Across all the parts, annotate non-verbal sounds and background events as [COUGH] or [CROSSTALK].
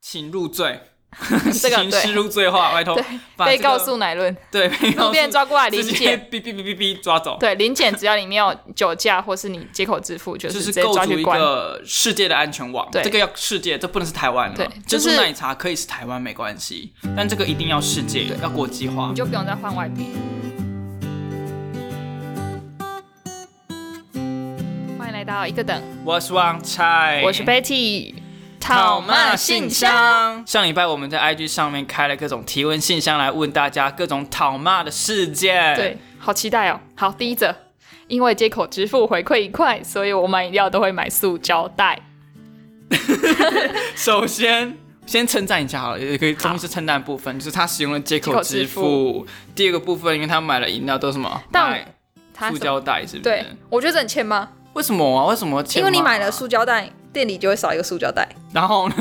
请入罪， [LAUGHS] [LAUGHS] 这个刑事入罪化，拜托对，把被这个告诉乃论，对，被告 [LAUGHS] 路诉边抓过来临直接检，哔哔哔哔哔抓走，对，临检只要你没有酒驾或是你借口支付，就就是是直接构抓筑去一关。个世界的安全网。对这个要世界，这不能是台湾了。对就珍珠是奶茶可以是台湾没关系，但这个一定要世界，要国际化你。就不用再换外币。欢迎来到一个等，我是王菜，我是 Betty。哎讨骂信。箱。上礼拜我们在 IG 上面开了各种提问信箱，来问大家各种讨骂的事件。对，好期待哦。好，第一则，因为接口支付回馈一块，所以我买饮料都会买塑胶袋。首先。先称赞一下好了，也可以，终于是称赞部分，就是他使用了接口支接口支付付。第二个部分，因为他买了饮料都是什么？但买它塑什么胶袋是不是？对，我觉得这很欠骂，为什么啊？为什么欠因为你骂买了塑胶袋，店里就会少一个塑胶袋，然后 [LAUGHS] 呢？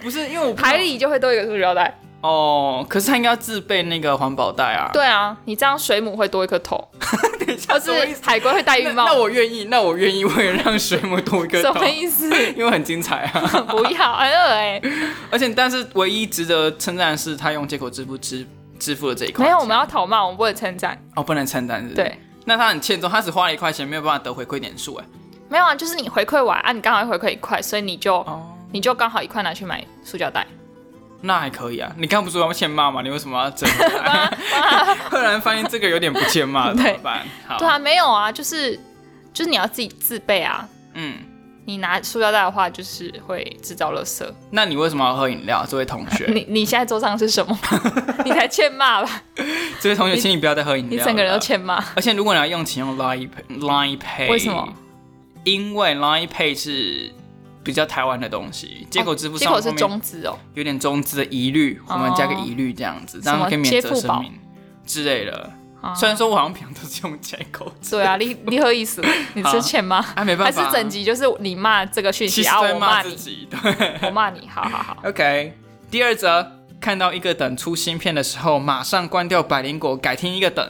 不是因为我不知道海里就会多一个塑胶袋。哦，可是他应该要自备那个环保袋啊。对啊，你这样水母会多一颗 [LAUGHS] 头，下或什么意是海龟会戴浴那帽那。我愿意，那我愿意为了让水母多一 [LAUGHS] 个什头么，意思？因为很精彩啊。 [LAUGHS] 不要，哎呦哎、而且，但是唯一值得称赞的是，他用接口支付支支付的这一块。没有，我们要讨骂，我们不能称赞。哦，不能称赞是不是对。，那他很欠揍，他只花了一块钱，没有办法得回馈点数哎。没有啊，就是你回馈完啊，你刚好会回馈一块，所以你就、哦，你就刚好一块拿去买塑胶袋。那还可以啊。你刚刚不是说要欠骂吗？你为什么要整 [LAUGHS] 我啊？ [LAUGHS] 赫然发现这个有点不欠骂，怎对么办？好，对啊，没有啊，就是就是你要自己自备啊。嗯，你拿塑胶袋的话，就是会制造垃圾。那你为什么要喝饮料？这位同学， [LAUGHS] 你你现在桌上是 [LAUGHS] 什么？你才欠骂吧！这位同学，请你不要再喝饮你料了。整个人都欠骂。而且如果你要用，请用 Line Pay- Line Pay。为什么？哎因为 Line Pay 是比较台湾的东西，接口支付哦结上果是后面中资哦，有点中资的疑虑，我们加个疑虑这样子，这样可以免责声明之类的。啊虽然说我好像平常都是用接口，对啊，你你 [LAUGHS] 何意思？你是欠骂，啊没办还法是啊，整集就是你骂这个 [LAUGHS] 讯其息，实然后在我骂骂自你，己。对我骂你，好 [LAUGHS] 好好， ，OK。第二则，看到一个等出新片的时候，马上关掉百灵果，改听一个等。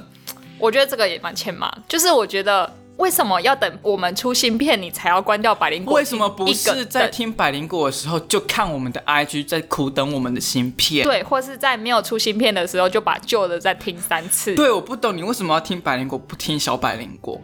我觉得这个也蛮欠骂，就是我觉得为什么要等我们出芯片你才要关掉百灵果？为什么不一个是在等听百灵果的时候就看我们的 IG，在苦等我们的新片？对，或是在没有出芯片的时候就把旧的再听三次？对，我啊不懂你为什么要听百灵果，不听小百灵果。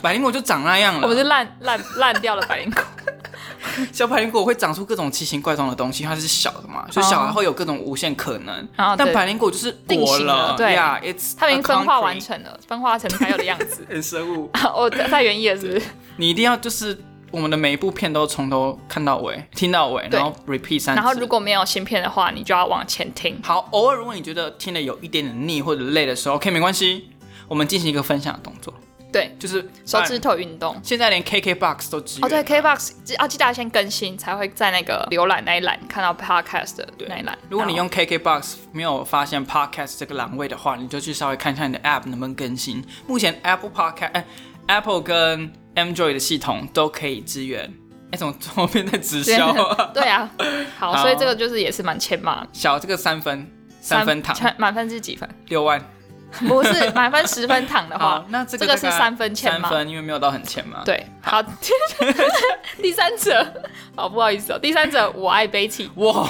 百灵果就长那样我们了，是烂烂 [LAUGHS] 烂掉了百灵 [LAUGHS] 啊果，小百灵果会长出各种奇形怪状的东西，它是小的嘛，所以小孩会有各种无限可能。哦但对百灵果就是定果型了对呀，it's 它已经分化完 a concrete。成了，分化成该有的样子 [LAUGHS] 很生物。我太原意了，是不是？你一定要就是我们的每一部片都从头看到尾，听到尾，对然后 repeat 三次。然后如果没有芯片的话，你就要往前听。好，偶尔如果你觉得听了有一点点腻或者累的时候，OK 没关系，我们进行一个分享的动作，对，就是手指头运动。现在连 KKBox 都支援哦，对，KBox 记要记得要先更新，才会在那个浏览那一栏看到 Podcast 的那一栏。如果你然后用 KKBox 没有发现 Podcast 这个栏位的话，你就去稍微看一下你的 App 能不能更新。目前 Apple Podcast、哎 Apple 跟 Android 的系统都可以支援。哎，怎么后面在直销啊？对 [LAUGHS] 啊，好，好所以这个就是也是蛮欠骂的。小这个三分三分糖全满分是 [LAUGHS] 几分？六万。不是满分十分糖的话好，，那这这个个是大概三分欠三骂。分，因为没有到很浅嘛。，对，好，第三者，哦，不好意思哦，第三者我爱悲戚，哇，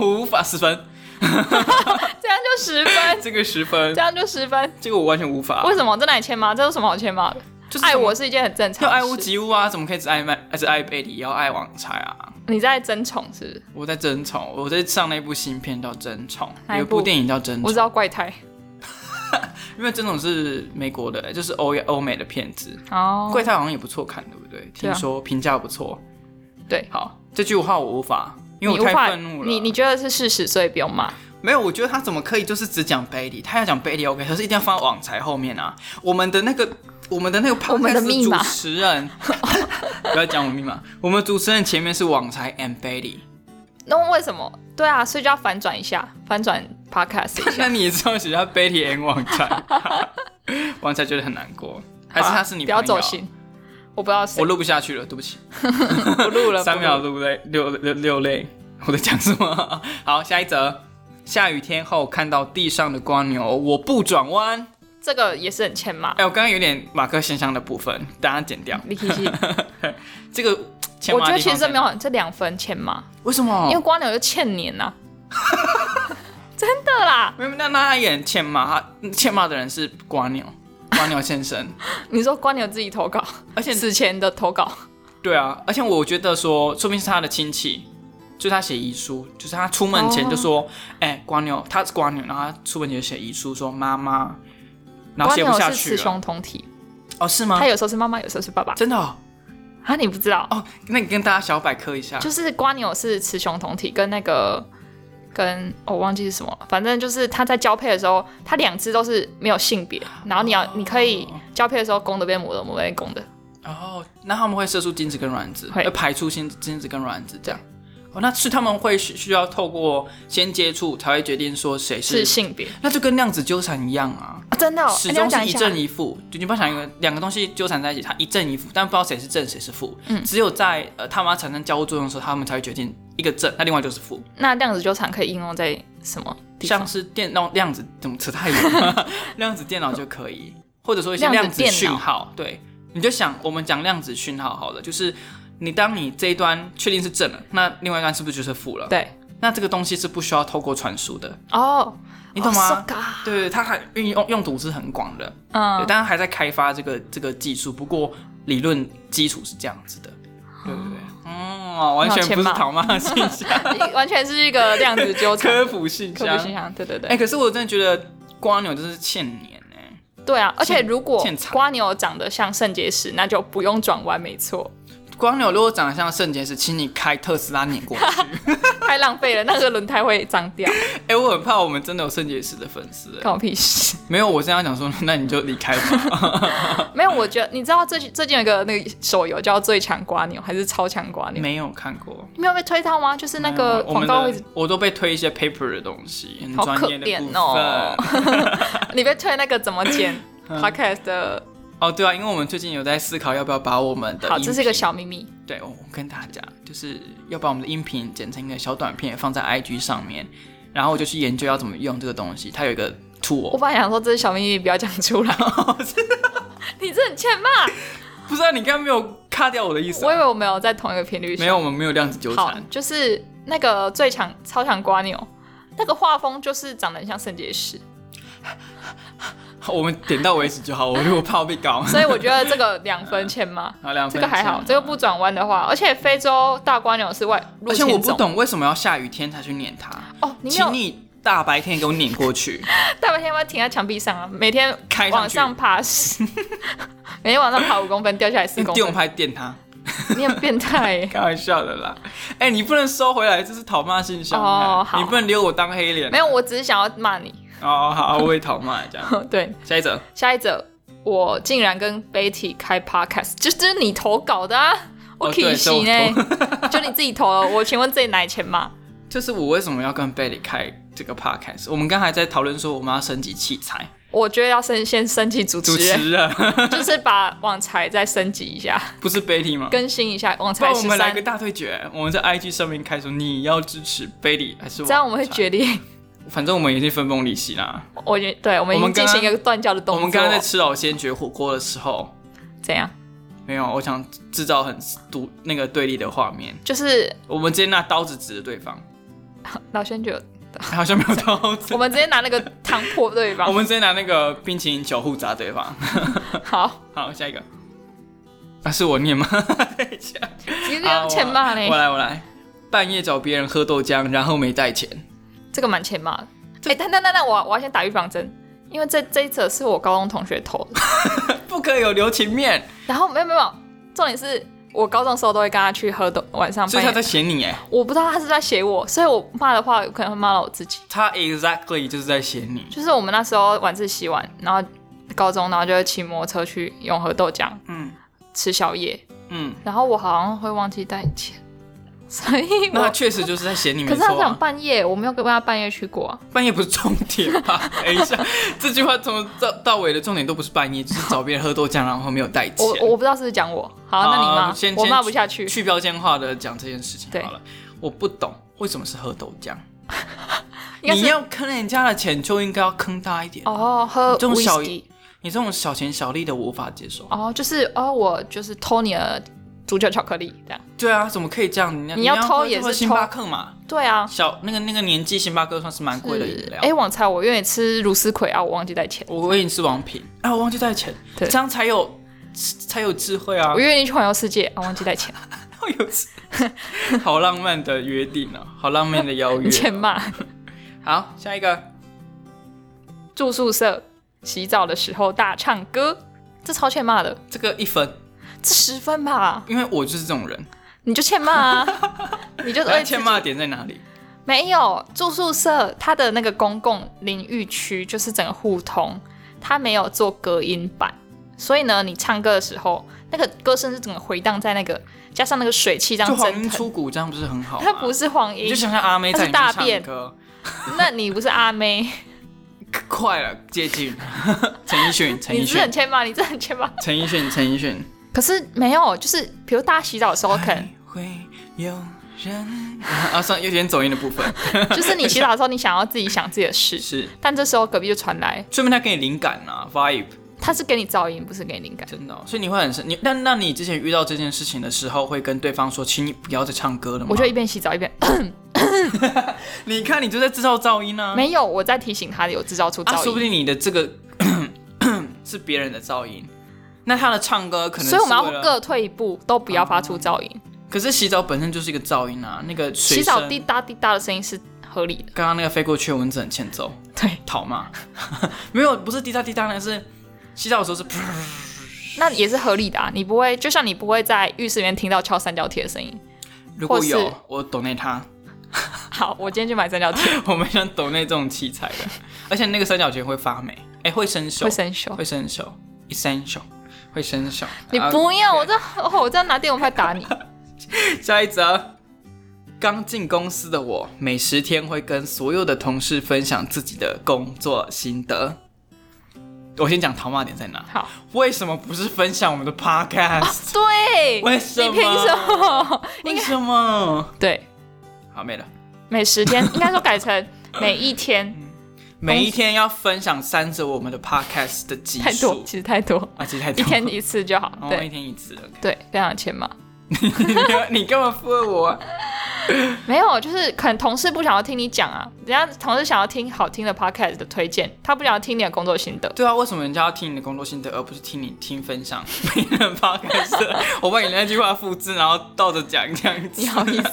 无法十分，这样就十分，这个十分这，样就十分。这个我完全无法。为什么这哪里欠骂？这有什么好欠骂的？就是爱怎么我是一件很正常的要事。爱屋及乌啊？怎么可以只爱麦，只爱贝里，要爱网才啊？你在争宠是不是？我在争宠，我在上那部新片叫《争宠》，哪一有一部部电影叫《争宠我知》，道怪胎因为《争宠》是美国的，欸就是欧欧美的片子，哦《怪胎》好像也不错看，对不对？对听啊说评价不错。对，好，这句话我无法，因为你我无太法，愤怒了。你你觉得是事实，所以不用骂。没有？我觉得他怎么可以就是只讲 Bailey，他要讲 Bailey OK，可是一定要放到网才后面啊。我们的那个。我们的那个 p [LAUGHS] o 我 d 们 c 的 a 密主码持人， [LAUGHS] 不要讲我密码。我们主持人前面是网才 and Bailey，那为什么？对啊，所以就要反转一下，反转 podcast 一 [LAUGHS] 下。那你也知道写下 Betty and 网才， [LAUGHS] 网才觉得很难过，还是他是你啊不要朋友啊走心，我不知道谁我录不下去了，对不起，不录了，三呃不秒录录了泪六六六泪， [LAUGHS] 我在讲什么？ [LAUGHS] 好，下一则。下雨天后看到地上的瓜牛，我不转弯。这个也是很欠骂 [LAUGHS] 哎、。我刚刚有点马克现象的部分，大家剪掉。你 K K，这个欠我骂哦觉的得地其方实这在没有很，这两分欠骂，为什么？因为瓜牛就欠年呐、啊 [LAUGHS] 真的啦。没有那那他演欠骂，他欠骂的人是瓜牛，瓜牛先 [LAUGHS] 生。你说瓜牛自己投稿，而且死前的投稿，对啊，而且我觉得说，说不定是他的亲戚，就是他写遗书，就是他出门前就哦说，哎、瓜牛，他是瓜牛，然后他出门前就写遗书说妈妈，然后瓜写不牛下是去雌了。雄同体，哦，是吗他？有时候是妈妈，有时候是爸爸真的哦啊，你不知道，哦，那你跟大家小百科一下，就是瓜牛是雌雄同体，跟那个跟、哦我忘记是什么了，反正就是它在交配的时候，它两只都是没有性别，然后你要、你可以交配的时候公的变母的，母的变公的，哦，那他们会射出精子跟卵子，会会排出精精子跟卵子这样。哦，那是他们会需需要透过先接触才会决定说谁是是，性别啊那就跟量子纠缠一样啊，真的、哦，始哎那终我讲是一一下正一负。就你不要想一个两个东西纠缠在一起，它一正一负，但不知道谁是正谁是负。嗯，只有在呃他们要产生交互作用的时候，他们才会决定一个正，那另外就是负。那量子纠缠可以应用在什么地像方？是电那种量子怎么扯太远了， [LAUGHS] 量子电脑就可以，或者说一些量量子子电脑讯号，对，你就想我们讲量子讯号好了，就是你当你这一端确定是正了，那另外一端是不是就是负了？对，那这个东西是不需要透过传输的，哦，你懂吗？哦，so ga 对对，它还运用用途是很广的，对，嗯， [LAUGHS] 当然还在开发这个这个技术，不过理论基础是这样子的，对对对，哦，完全不是讨骂的信 [LAUGHS] 箱，完全是一个量子纠 [LAUGHS] 缠，科普信科箱，学现象，对对对哎、。可是我真的觉得瓜牛真是欠年哎、对啊，而且如果现场瓜牛长得像肾结石，那就不用转弯，没错，瓜牛如果长得像圣洁石，请你开特斯拉碾过去。 [LAUGHS] 太浪费了，那个轮胎会脏掉，哎、我很怕我们真的有圣洁石的粉丝、哎关我屁事。 [LAUGHS] 没有，我这样讲说，那你就离开 [LAUGHS] 吧。没有，我觉得你知道最近最近有一个那个手游叫《最强瓜牛》还是《超强瓜牛》？没有看过你没有被推到吗？就是那没个有啊我广们告位的置，，我都被推一些 paper 的东西，很好专可业的怜部分。哦你被推那个怎么 [LAUGHS] 剪嗯 podcast 的？哦，对啊，因为我们最近有在思考要不要把我们的好，音这是一个频小秘密。对，我我跟大家讲，就是要把我们的音频剪成一个小短片放在 IG 上面，然后我就去研究要怎么用这个东西。它有一个 tool， [LAUGHS] 我本来想说这是小秘密，不要讲出来。你这很欠啊骂。不知道你刚刚没有卡掉我的意思、 [LAUGHS] 我以啊，为我们有在同一个频率上。没有，我们没有量子纠好缠，，就是那个最强超强瓜牛，那个画风就是长得很像圣结石，我们点到为止就好。我如果怕我被搞，所以我觉得这个两分欠吗？ [LAUGHS] 好 [LAUGHS] 两这分个还好，钱这个不转弯的话，而且非洲大瓜牛是外入而且侵我种。不懂为什么要下雨天才去撵它，哦，你有请你大白天给我撵过 [LAUGHS] 去，大白天要不要停在墙壁上啊？每天开上往去上爬十， [LAUGHS] 每天往上爬五公分，掉下来四用公电蚊分，拍电它，你很变态欸耶。开玩笑的啦。哎、你不能收回来，这是讨骂信箱、哦哎好你不能留我当黑脸。没有，我只是想要骂你。 [LAUGHS] 哦，好，我也讨骂这样。对，下一则，下一则，我竟然跟 Betty 开 podcast，就就是你投稿的、啊，我哦可对是惜我呢， [LAUGHS] 就你自己投了。我请问自己哪一钱吗？就是我为什么要跟贝里开这个 podcast？我们刚才在讨论说我们要升级器材，我觉得要升先升级 [LAUGHS] 主主持人，持人 [LAUGHS] 就是把网才再升级一下，不是贝里吗？更新一下网不才然我十们来三个，大对决，我们在 IG 上面开说你要支持贝里还是我？这样我们会决定，反正我们已经分崩离析啦。我觉对，我们已我经们刚进刚行一个断交的动我作。们刚刚在吃老先觉火锅的时候，怎样？没有，我想制造很独那个对立的画面。就是我们直接拿刀子指着对 [LAUGHS] 方，老先觉得，好像没有刀子 [LAUGHS] 我。们直接拿那个糖破对 [LAUGHS] 我方。们直接拿那个冰淇淋球互砸对方。好，好，下一个。啊，是我念吗？等一下。你这啊样钱骂嘞我，来，我来。半夜找别人喝豆浆，然后没带钱。这个蛮钱骂的。哎、等等等等，我我要先打预防针，因为这这一则是我高中同学投的。 [LAUGHS] 不可以有留情面，然后没有没有没有，重点是我高中的时候都会跟他去喝的晚上所以半他夜，在写你哎，我不知道他是在写我，所以我骂的话有可能会骂到我自己。他 exactly 就是在写你。就是我们那时候晚自习完，然后高中，然后就会骑摩托车去永和豆浆嗯吃宵夜，嗯，然后我好像会忘记带钱，所以那他我。确实就是在写你，没可是他错、想啊。半夜，我没有跟他半夜去过、啊。半夜不是重点 [LAUGHS] 吧？等一下，这句话从到到尾的重点都不是半夜，就是找别人喝豆浆，然后没有带钱。我我不知道是不是讲我。好，那你骂，先我先骂不下去。去标签化的讲这件事情对好了。我不懂为什么是喝豆浆， [LAUGHS] 应该你是要坑人家的钱就应该要坑大一点。哦，喝这种小 whisky 你这种小钱小利的我无法接受。哦，就是哦，我就是偷你的足球巧克力这样。对啊，怎么可以这样？你你要要偷喝也喝是星偷巴克嘛，对啊，小那个那个年纪，星巴克算是蛮贵的饮是料。哎，网才我愿意吃茹丝葵啊，我忘记带钱。我我你是王品，啊，我忘记带钱，对这样才有才有智慧啊我，愿意去环游世界啊，忘记 [LAUGHS] 带钱，好有智好浪漫的约定哦，好浪漫的邀约你欠哦。骂。好，下一个，住宿舍洗澡的时候大唱歌，这超欠骂的，这个一分，这十分吧，因为我就是这种人。你就欠骂啊， [LAUGHS] 你就那而且欠骂的点在哪里？没有住宿舍，它的那个公共淋浴区就是整个互通，它没有做隔音板，所以呢，你唱歌的时候，那个歌声是整个回荡在那个加上那个水汽这就样黄蒸莺腾，出谷，这样不是很好吗？它不是黄你莺就，想象阿妹在里面它是大便唱歌，那你不是 [LAUGHS] 阿妹，快了，接近 [LAUGHS] 陈奕迅，陈你奕是很迅，欠骂，你是很欠骂。陈奕迅，陈奕迅。可是没有，就是比如大家洗澡的时候，可 [LAUGHS] 能会有 [LAUGHS] 人啊，算有点走音的部分就是你洗澡的时候，你想要自己想自己的事，是，但这时候隔壁就传来，说明他给你灵感啊，vibe 他是给你噪音，不是给你灵感。真的哦、所以你会很生你。但那你之前遇到这件事情的时候，会跟对方说，请你不要再唱歌了吗？我就一边洗澡一边、嗯你看你就在制造噪音啊，没有，我在提醒他有制造出啊，噪说不音，定你的这个 [COUGHS] 是别人的噪音，那他的唱歌可能所以我们是为要了各退一步，都不要发出噪音。可是洗澡本身就是一个噪音啊，那个水洗澡声滴答滴答的声音是合理的，刚刚那个飞过去的蚊子很欠揍，对，讨骂， [LAUGHS] 没有，不是滴答滴答，那是洗澡的时候是噗，那也是合理的啊。你不会，就像你不会在浴室里面听到敲三角铁的声音。如果或是有我懂内他，好，我今天去买三角铁， [LAUGHS] 我们想懂内这种器材的，而且那个三角形会发霉，哎、会生锈，会生锈。会生锈，一生锈会生锈。你啊不要，我这、哦、我这样拿电蚊拍打 [LAUGHS] 你。下一则，刚进公司的我，每十天会跟所有的同事分享自己的工作心得。我先讲讨骂点在哪？好，啊为什么不是分享我们的哦 podcast？、对，为什么你凭什么？ [LAUGHS] 为什么？对，好，没了。每十天应该说改成每一天，嗯每一天要分享三则我们的 podcast 的集太多，数其实 [LAUGHS] 太多，啊，其实太一多，天一次就好。哦，一对天一次。OK 对，非常欠骂。 [LAUGHS] 你你干嘛附和我啊？没有，就是可能同事不想要听你讲啊，人家同事想要听好听的 podcast 的推荐，他不想要听你的工作心得。对啊，为什么人家要听你的工作心得，而不是听你听分享 [LAUGHS] 别人的 podcast？我把你那句话复制，然后倒着讲这样子。你好意思？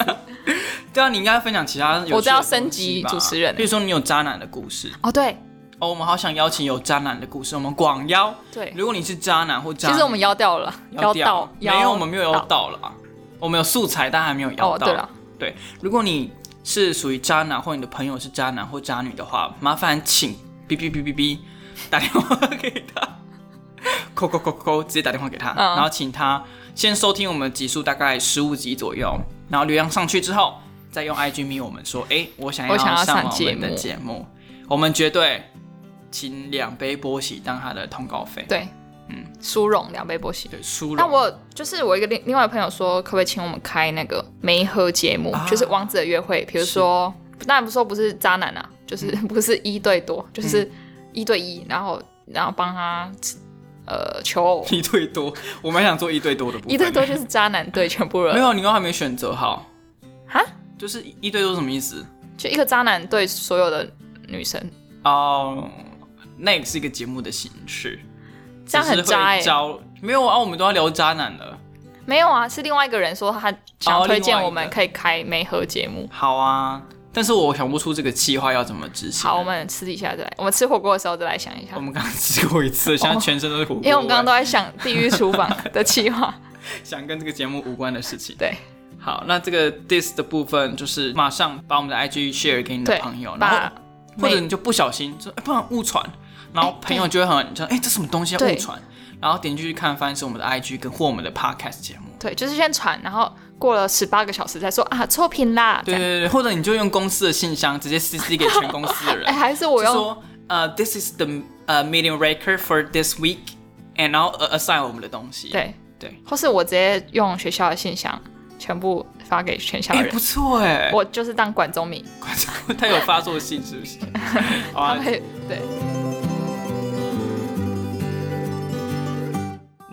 对啊，你应该分享其他有趣的我知道升东级西吧主持人比如说你有渣男的故事 [LAUGHS] 哦，对哦，我们好想邀请有渣男的故事，我们广邀。对，如果你是渣男或渣其女，实我们邀掉了，要到掉，没有，我们没有要到。到啦，我们有素材，但还没有要哦，到。对了，对，如果你是属于渣男，或你的朋友是渣男或渣女的话，麻烦请哔哔哔哔哔打电话给他， [LAUGHS] 扣扣扣扣，直接打电话给他，嗯然后请他先收听我们的集数，大概十五集左右，然后流量上去之后，再用 IG 密我们说，哎、我想我想要上上我节们的目节目，我们绝对请两杯波喜当他的通告费，对，嗯，殊荣两杯波喜。对，输那了。我就是我一个另另外朋友说，可不可以请我们开那个媒合节目，啊就是王子的约会，比如说，当然不是说不是渣男啊，就是嗯不是一对多，就是一对一，然后然后帮他呃求偶， [LAUGHS] 一对多，我蛮想做一对多的部分。一对多就是渣男 [LAUGHS] 对全部没人，有，你又还没选择好哈，就是一对多是什么意思？就一个渣男对所有的女生，哦，那也是一个节目的形式，这样很渣哎、只是会教没有啊，我们都要聊渣男了。没有啊，是另外一个人说他想哦推另荐外一个我们可以开媒合节目。好啊，但是我想不出这个计划要怎么执行。好，我们私底下再来，我们吃火锅的时候再来想一下我，们刚刚吃过一次，现在全身都是火锅味，因为我们刚刚都在想地狱厨房的计划。想跟这个节目无关的事情。对，好，那这个 dis 的部分就是马上把我们的 IG share [LAUGHS] 给你的对朋友，然把后或者每你就不小心就、哎不然误传，然后哎朋友就会很说哎、这什么东西啊对误传，然后点进去看，发现是我们的 IG 跟或我们的 podcast 节目。对，就是先传，然后过了十八个小时再说啊，错评啦。对这样，对对，或者你就用公司的信箱直接 CC 给全公司的人哎，，还是 [LAUGHS] 我就用说呃、t h i s is the 呃、meeting record for this week，and 然后呃 assign 我们的东西。对对，或是我直接用学校的信箱全部发给全校哎、人不，错哎、我就是当管中民，观众 [LAUGHS] 他有发错信是不是？好 [LAUGHS] 他啊，会对。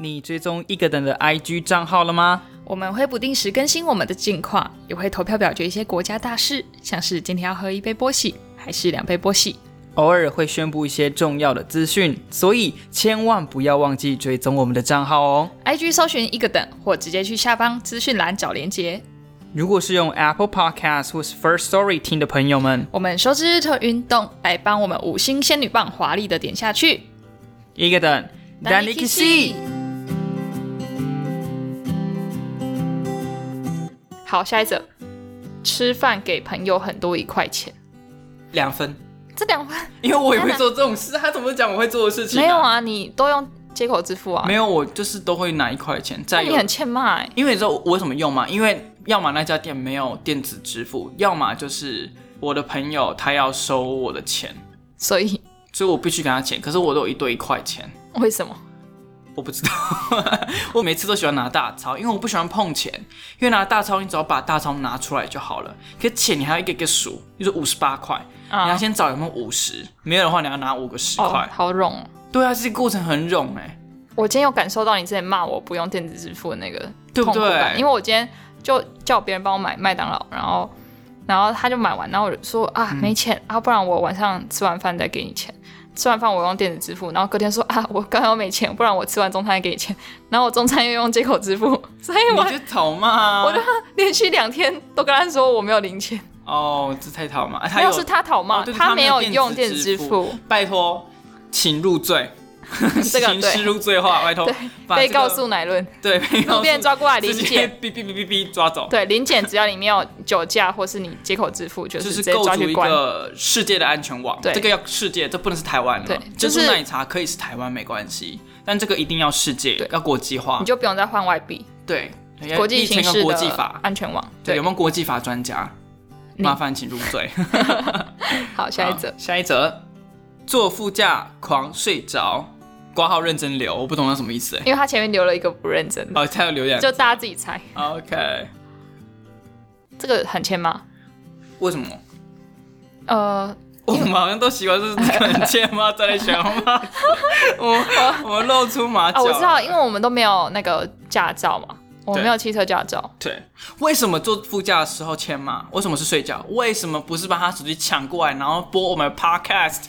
你追踪一个人的 IG 账号了吗？我们会不定时更新我们的近况，也会投票表决一些国家大事，像是今天要喝一杯波喜还是两杯波喜。偶尔会宣布一些重要的资讯，所以千万不要忘记追踪我们的账号哦。 IG 搜寻一个等，或直接去下方资讯栏找连结。如果是用 Apple Podcast 或是 First Story 听的朋友们，我们收支日头运动来帮我们五星仙女棒华丽的点下去。一个等 d a n i k i s i 好，下一则，吃饭给朋友很多一块钱，两分，这两分因为我也会做这种事，他怎么讲我会做的事情、没有，啊，你都用接口支付啊？没有，我就是都会拿一块钱，那再你有很欠骂哎、因为你知道我有什么用吗？因为要么那家店没有电子支付，要么就是我的朋友他要收我的钱，所以所以我必须给他钱。可是我都有一堆一块钱，为什么？我不知道， [LAUGHS] 我每次都喜欢拿大钞，因为我不喜欢碰钱，因为拿大钞你只要把大钞拿出来就好了，可是钱你还要一个一个数，就是五十八块，你要啊，先找有没有五十，没有的话你要拿五个十哦块，，好冗、哦。对啊，这个过程很冗哎、我今天有感受到你之前骂我不用电子支付的那个对不痛苦感，对因为我今天就叫别人帮我买麦当劳，然后然后他就买完，然后我就说嗯啊没钱啊，不然我晚上吃完饭再给你钱。吃完饭我用电子支付，然后隔天说啊 [LAUGHS] 我刚刚没钱，不然我吃完中餐给你钱，然后我中餐又用接口支付， [LAUGHS] 所以我你就讨骂啊，我就连续两天都跟他说我没有零钱，哦，这太讨骂，啊他没有有是他讨骂，哦对对他他没没有有用电电子子支支付，拜托，请入罪， [LAUGHS] [LAUGHS] 这个行对事入罪化，拜托，把被这个告诉乃论，对被告路诉边抓过来零直检接。哔哔哔哔哔抓走，对，零检只要你没有酒驾或是你接口支付，就就是是直接构抓筑去一关。个世界的安全网，对这个要世界，这不能是台湾的，对就珍珠是奶茶可以是台湾没关系，但这个一定要世界对，要国际化你，就不用再换外币，对，要国际立成形一势个国际的法，安全网。对，对有，没有国际法专家？你麻烦请入罪。好， [LAUGHS] 下一则好， [LAUGHS] 下一则，坐副驾狂睡着，挂号认真留，我不懂那什么意思欸。因为他前面留了一个不认真的，哦，他有留言，嗯就大家自己猜， OK，这个很欠骂。为什么？呃，我们好像都喜欢是很欠骂在选 [LAUGHS] 骂，我们我们露出马脚。啊，我知道，因为我们都没有那个驾照嘛，我们对没有汽车驾照，对，为什么坐副驾的时候欠骂？为什么是睡觉？为什么不是把他手机抢过来，然后播我们的 Podcast？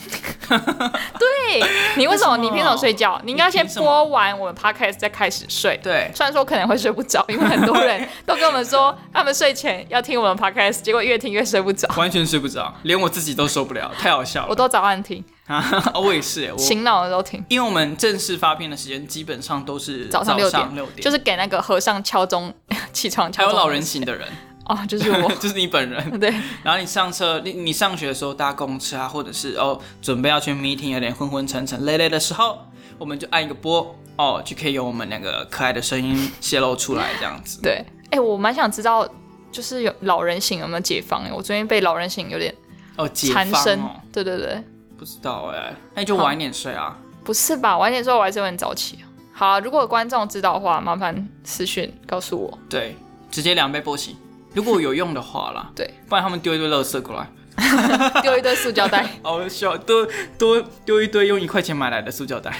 [LAUGHS] 对你为什么为什么你偏手睡觉？你应该先你凭什么播完我们 podcast 再开始睡。对，虽然说可能会睡不着，因为很多 [LAUGHS] 人都跟我们说他们睡前要听我们 podcast，结果越听越睡不着。完全睡不着，连我自己都受不了，太好笑我了。都早晚听， [LAUGHS] 啊，我也是耶，我醒脑的都听。因为我们正式发片的时间基本上都是早上上六点，就是给那个和尚敲钟 [LAUGHS] 起床还敲有钟。老人型的人，，哦，就是我 [LAUGHS] 就是你本人。对，然后你上车，你你上学的时候搭公车啊，或者是哦准备要去 meeting，有点昏昏沉沉、累累的时候，我们就按一个播，哦就可以有我们两个可爱的声音泄露出来，这样子。对，哎、我蛮想知道，就是有老人醒有没有解放、哎，我最近被老人醒有点哦，解缠放身。哦，对对对，不知道哎、那你就晚一点睡啊。不是吧？晚点睡我还是有点早起。好啊、如果观众知道的话，麻烦私讯告诉 [LAUGHS] 我。。对，直接两杯波奇，如果有用的话啦对，不然他们丢一堆垃圾过来，丢一堆塑 [LAUGHS] 胶袋。哦，需要多多丢一堆用一块钱买来的塑胶袋。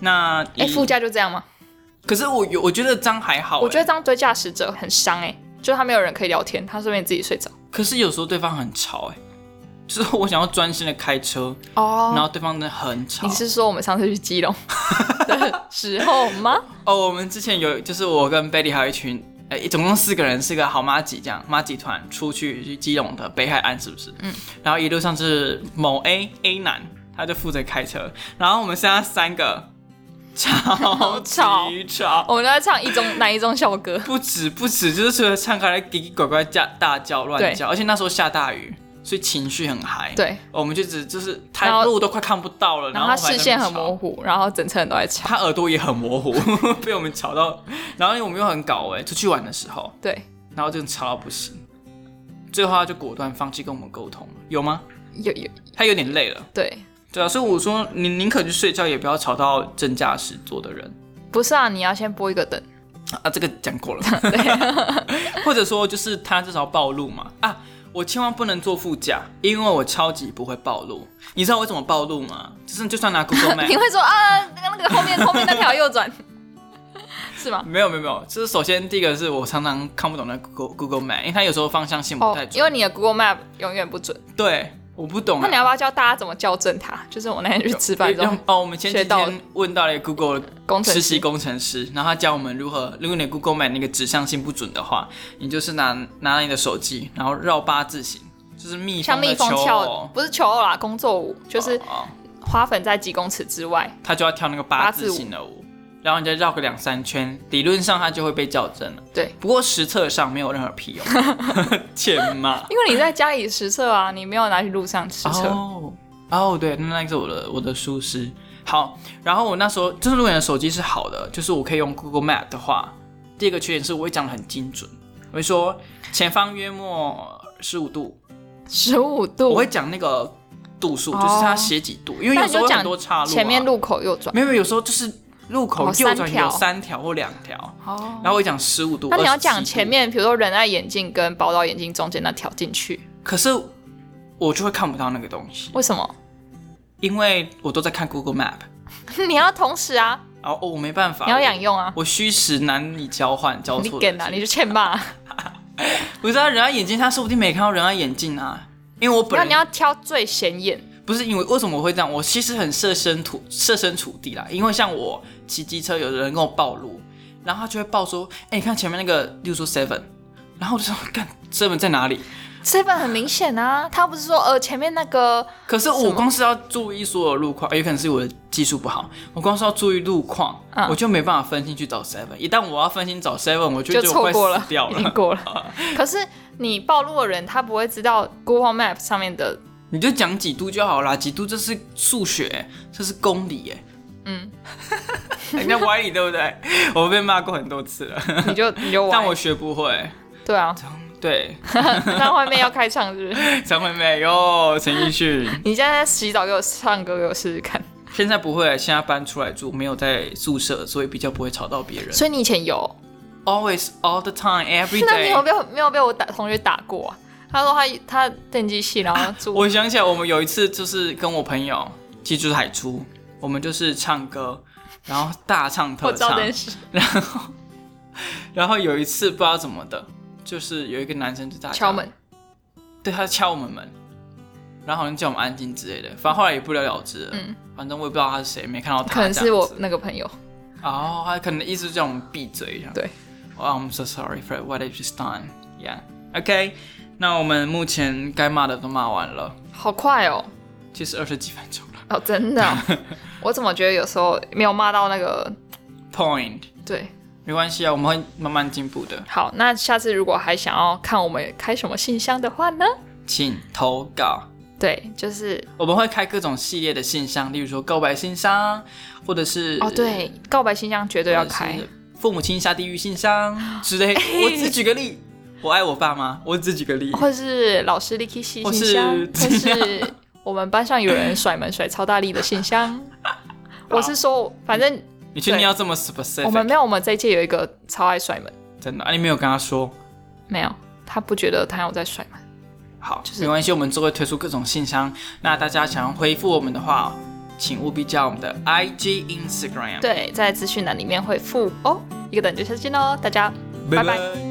那哎、以副驾就这样吗？欸可是我有，我觉得脏还好、欸，我觉得这样对驾驶者很伤哎、就他没有人可以聊天，他顺便自己睡着。哎可是有时候对方很吵、欸，哎，就是我想要专心的开车，哦然后对方真的很吵。你是说我们上次去基隆的时候 [LAUGHS] 吗？ [LAUGHS] 哦，我们之前有，就是我跟 Betty 还有一群，呃，总共四个人，是个好妈吉这样，妈吉团出去去基隆的北海岸，是不是？嗯。然后一路上是某 A A 男，他就负责开车，然后我们剩下三个， [LAUGHS] 超吵级吵。我们都在唱一中哪一中校 [LAUGHS] 歌，不止不止，就是除了唱歌，还叽叽拐拐叫大叫乱叫，而且那时候下大雨，所以情绪很嗨。对，我们就只就是然后他路都快看不到了，然然后后他我还在视那线边很吵模糊，然后整车人都在吵。他耳朵也很模糊， [LAUGHS] 被我们吵到。然后因为我们又很搞哎、出去玩的时候，对，然后就吵到不行。最后他就果断放弃跟我们沟通了，有吗？有有他有点累了，对，对啊，所以我说你宁可去睡觉，也不要吵到正驾驶座的人不是啊，你要先播一个等，啊。这个讲过了， [LAUGHS] 或者说就是他至少暴露嘛啊，我千万不能坐副驾，因为我超级不会暴露。你知道我怎么暴露吗？就是就算拿 Google Map，你会说啊，那个后面后面那条右转， [LAUGHS] 是吗？没有没有没有，就是首先第一个是我常常看不懂那 Google Google Map，因为它有时候方向性不哦太，准。因为你的 Google Map 永远不准。对，我不懂、啊。那你要不要教大家怎么校正它？就是我那天去吃饭的时候用，哦，我们前几学到天问到了一个 Google 工程实习师工程师，然后他教我们如何，如果你 Google Map 那个指向性不准的话，你就是拿拿你的手机，然后绕八字形，就是蜜像蜂蜜的蜂球跳哦，不是球偶啦，工作舞，就是哦哦花粉在几公尺之外。他就要跳那个八字形的舞，然后你再绕个两三圈，理论上他就会被校正了。对，不过实测上没有任何屁用， [LAUGHS] 欠骂。因为你在家里实测啊，你没有拿去路上实测。哦哦，对，那那个是我的我的疏失。好，然后我那时候就是如果你的手机是好的，就是我可以用 Google Map 的话，第一个缺点是我会讲的很精准，我会说前方约莫十五度，十五我度会，讲那个度数，哦就是它写几度，因为那有你时候就有讲很多岔路、啊，前面路口右转。没有没有，有时候就是路口哦右三转条有三条或两条，哦，然后我会讲十五度，那你要27讲度前，面，比如说人在眼镜跟宝岛眼镜中间那条进去，可是我就会看不到那个东西，为什么？ [LAUGHS] 因为我都在看 Google Map，你要同时啊，然后哦我没办法，你要我两用啊。我虚实难以交换交你错给啊，的，你就欠骂。不是啊，人家眼睛，他说不定没看到人家眼睛啊。因为我本那来你要挑最显眼，不是因为为什么我会这样，我其实很设身处设身处地啦。因为像我骑机车，有的人跟我暴露，然后他就会报说：“哎、你看前面那个，例如说 seven。”然后我就说：“干 seven 在哪里这份很明显啊。他不是说呃前面那个？”可是什我么光是要注意所有路况，也可能是我的技术不好，我光是要注意路况，嗯我就没办法分心去找 seven。一旦我要分心找 seven，我就觉就得我错快过了死，掉已了经。[LAUGHS] 过了。可是你暴露的人，他不会知道 Google Map 上面的，你就讲几度就好啦，几度这是数学，这是公理哎， [LAUGHS] 嗯，人家歪理对不对？我被骂过很多次了，你就你 [LAUGHS] 就但玩我。学不会。对 [LAUGHS] 啊，对，那外面要开唱是不是？陈惠妹哟，陈奕迅，你现在在洗澡给我唱歌给我试试看。现在不会，现在搬出来住，没有在宿舍，所以比较不会吵到别人。所以你以前有， Always, all the time, every [LAUGHS] 那你有 day。没有没有被我打同学打过啊？他说他他电机系，然后住我想起来，我们有一次就是跟我朋友，其实就是海珠，我们就是唱歌，然后大唱我特知道唱这，件事，然后，然后有一次不知道怎么的，就是有一个男生就大敲，门，对他敲我们门，然后好像叫我们安静之类的，反正后来也不了了之了。嗯反正我也不知道他是谁，没看到他。可能是我这样子那个朋友。哦，他可能意思就叫我们闭嘴这样。对哇、i m so sorry for what I just done. Yeah. OK，那我们目前该骂的都骂完了，好快哦！其实二十几分钟了。哦，真 [LAUGHS] 的哦、我怎么觉得有时候没有骂到那个？ Point，对，没关系啊，我们会慢慢进步的，好，那下次如果还想要看我们开什么信箱的话呢？请投稿。对，就是我们会开各种系列的信箱，例如说告白信箱，或者是哦，，对，告白信箱绝对要开。，哎父母亲下地狱信箱之类。我只举个例，我爱我爸妈，我只举个例。或是老师 Licky 信或是箱，或 [LAUGHS] 怎样是我们班上有人甩门甩超大力的信箱。我是说，反正你确定对要这么我们 specific？没有，我们这一届有一个超爱甩门，真的啊，你没有跟他说。没有，他不觉得他有在甩门。好，是没关系，我们就会推出各种信箱。那大家想要回复我们的话，请务必加我们的 IG Instagram。，对，在资讯栏里面会附哦。一个等就下次见喽，大家拜拜拜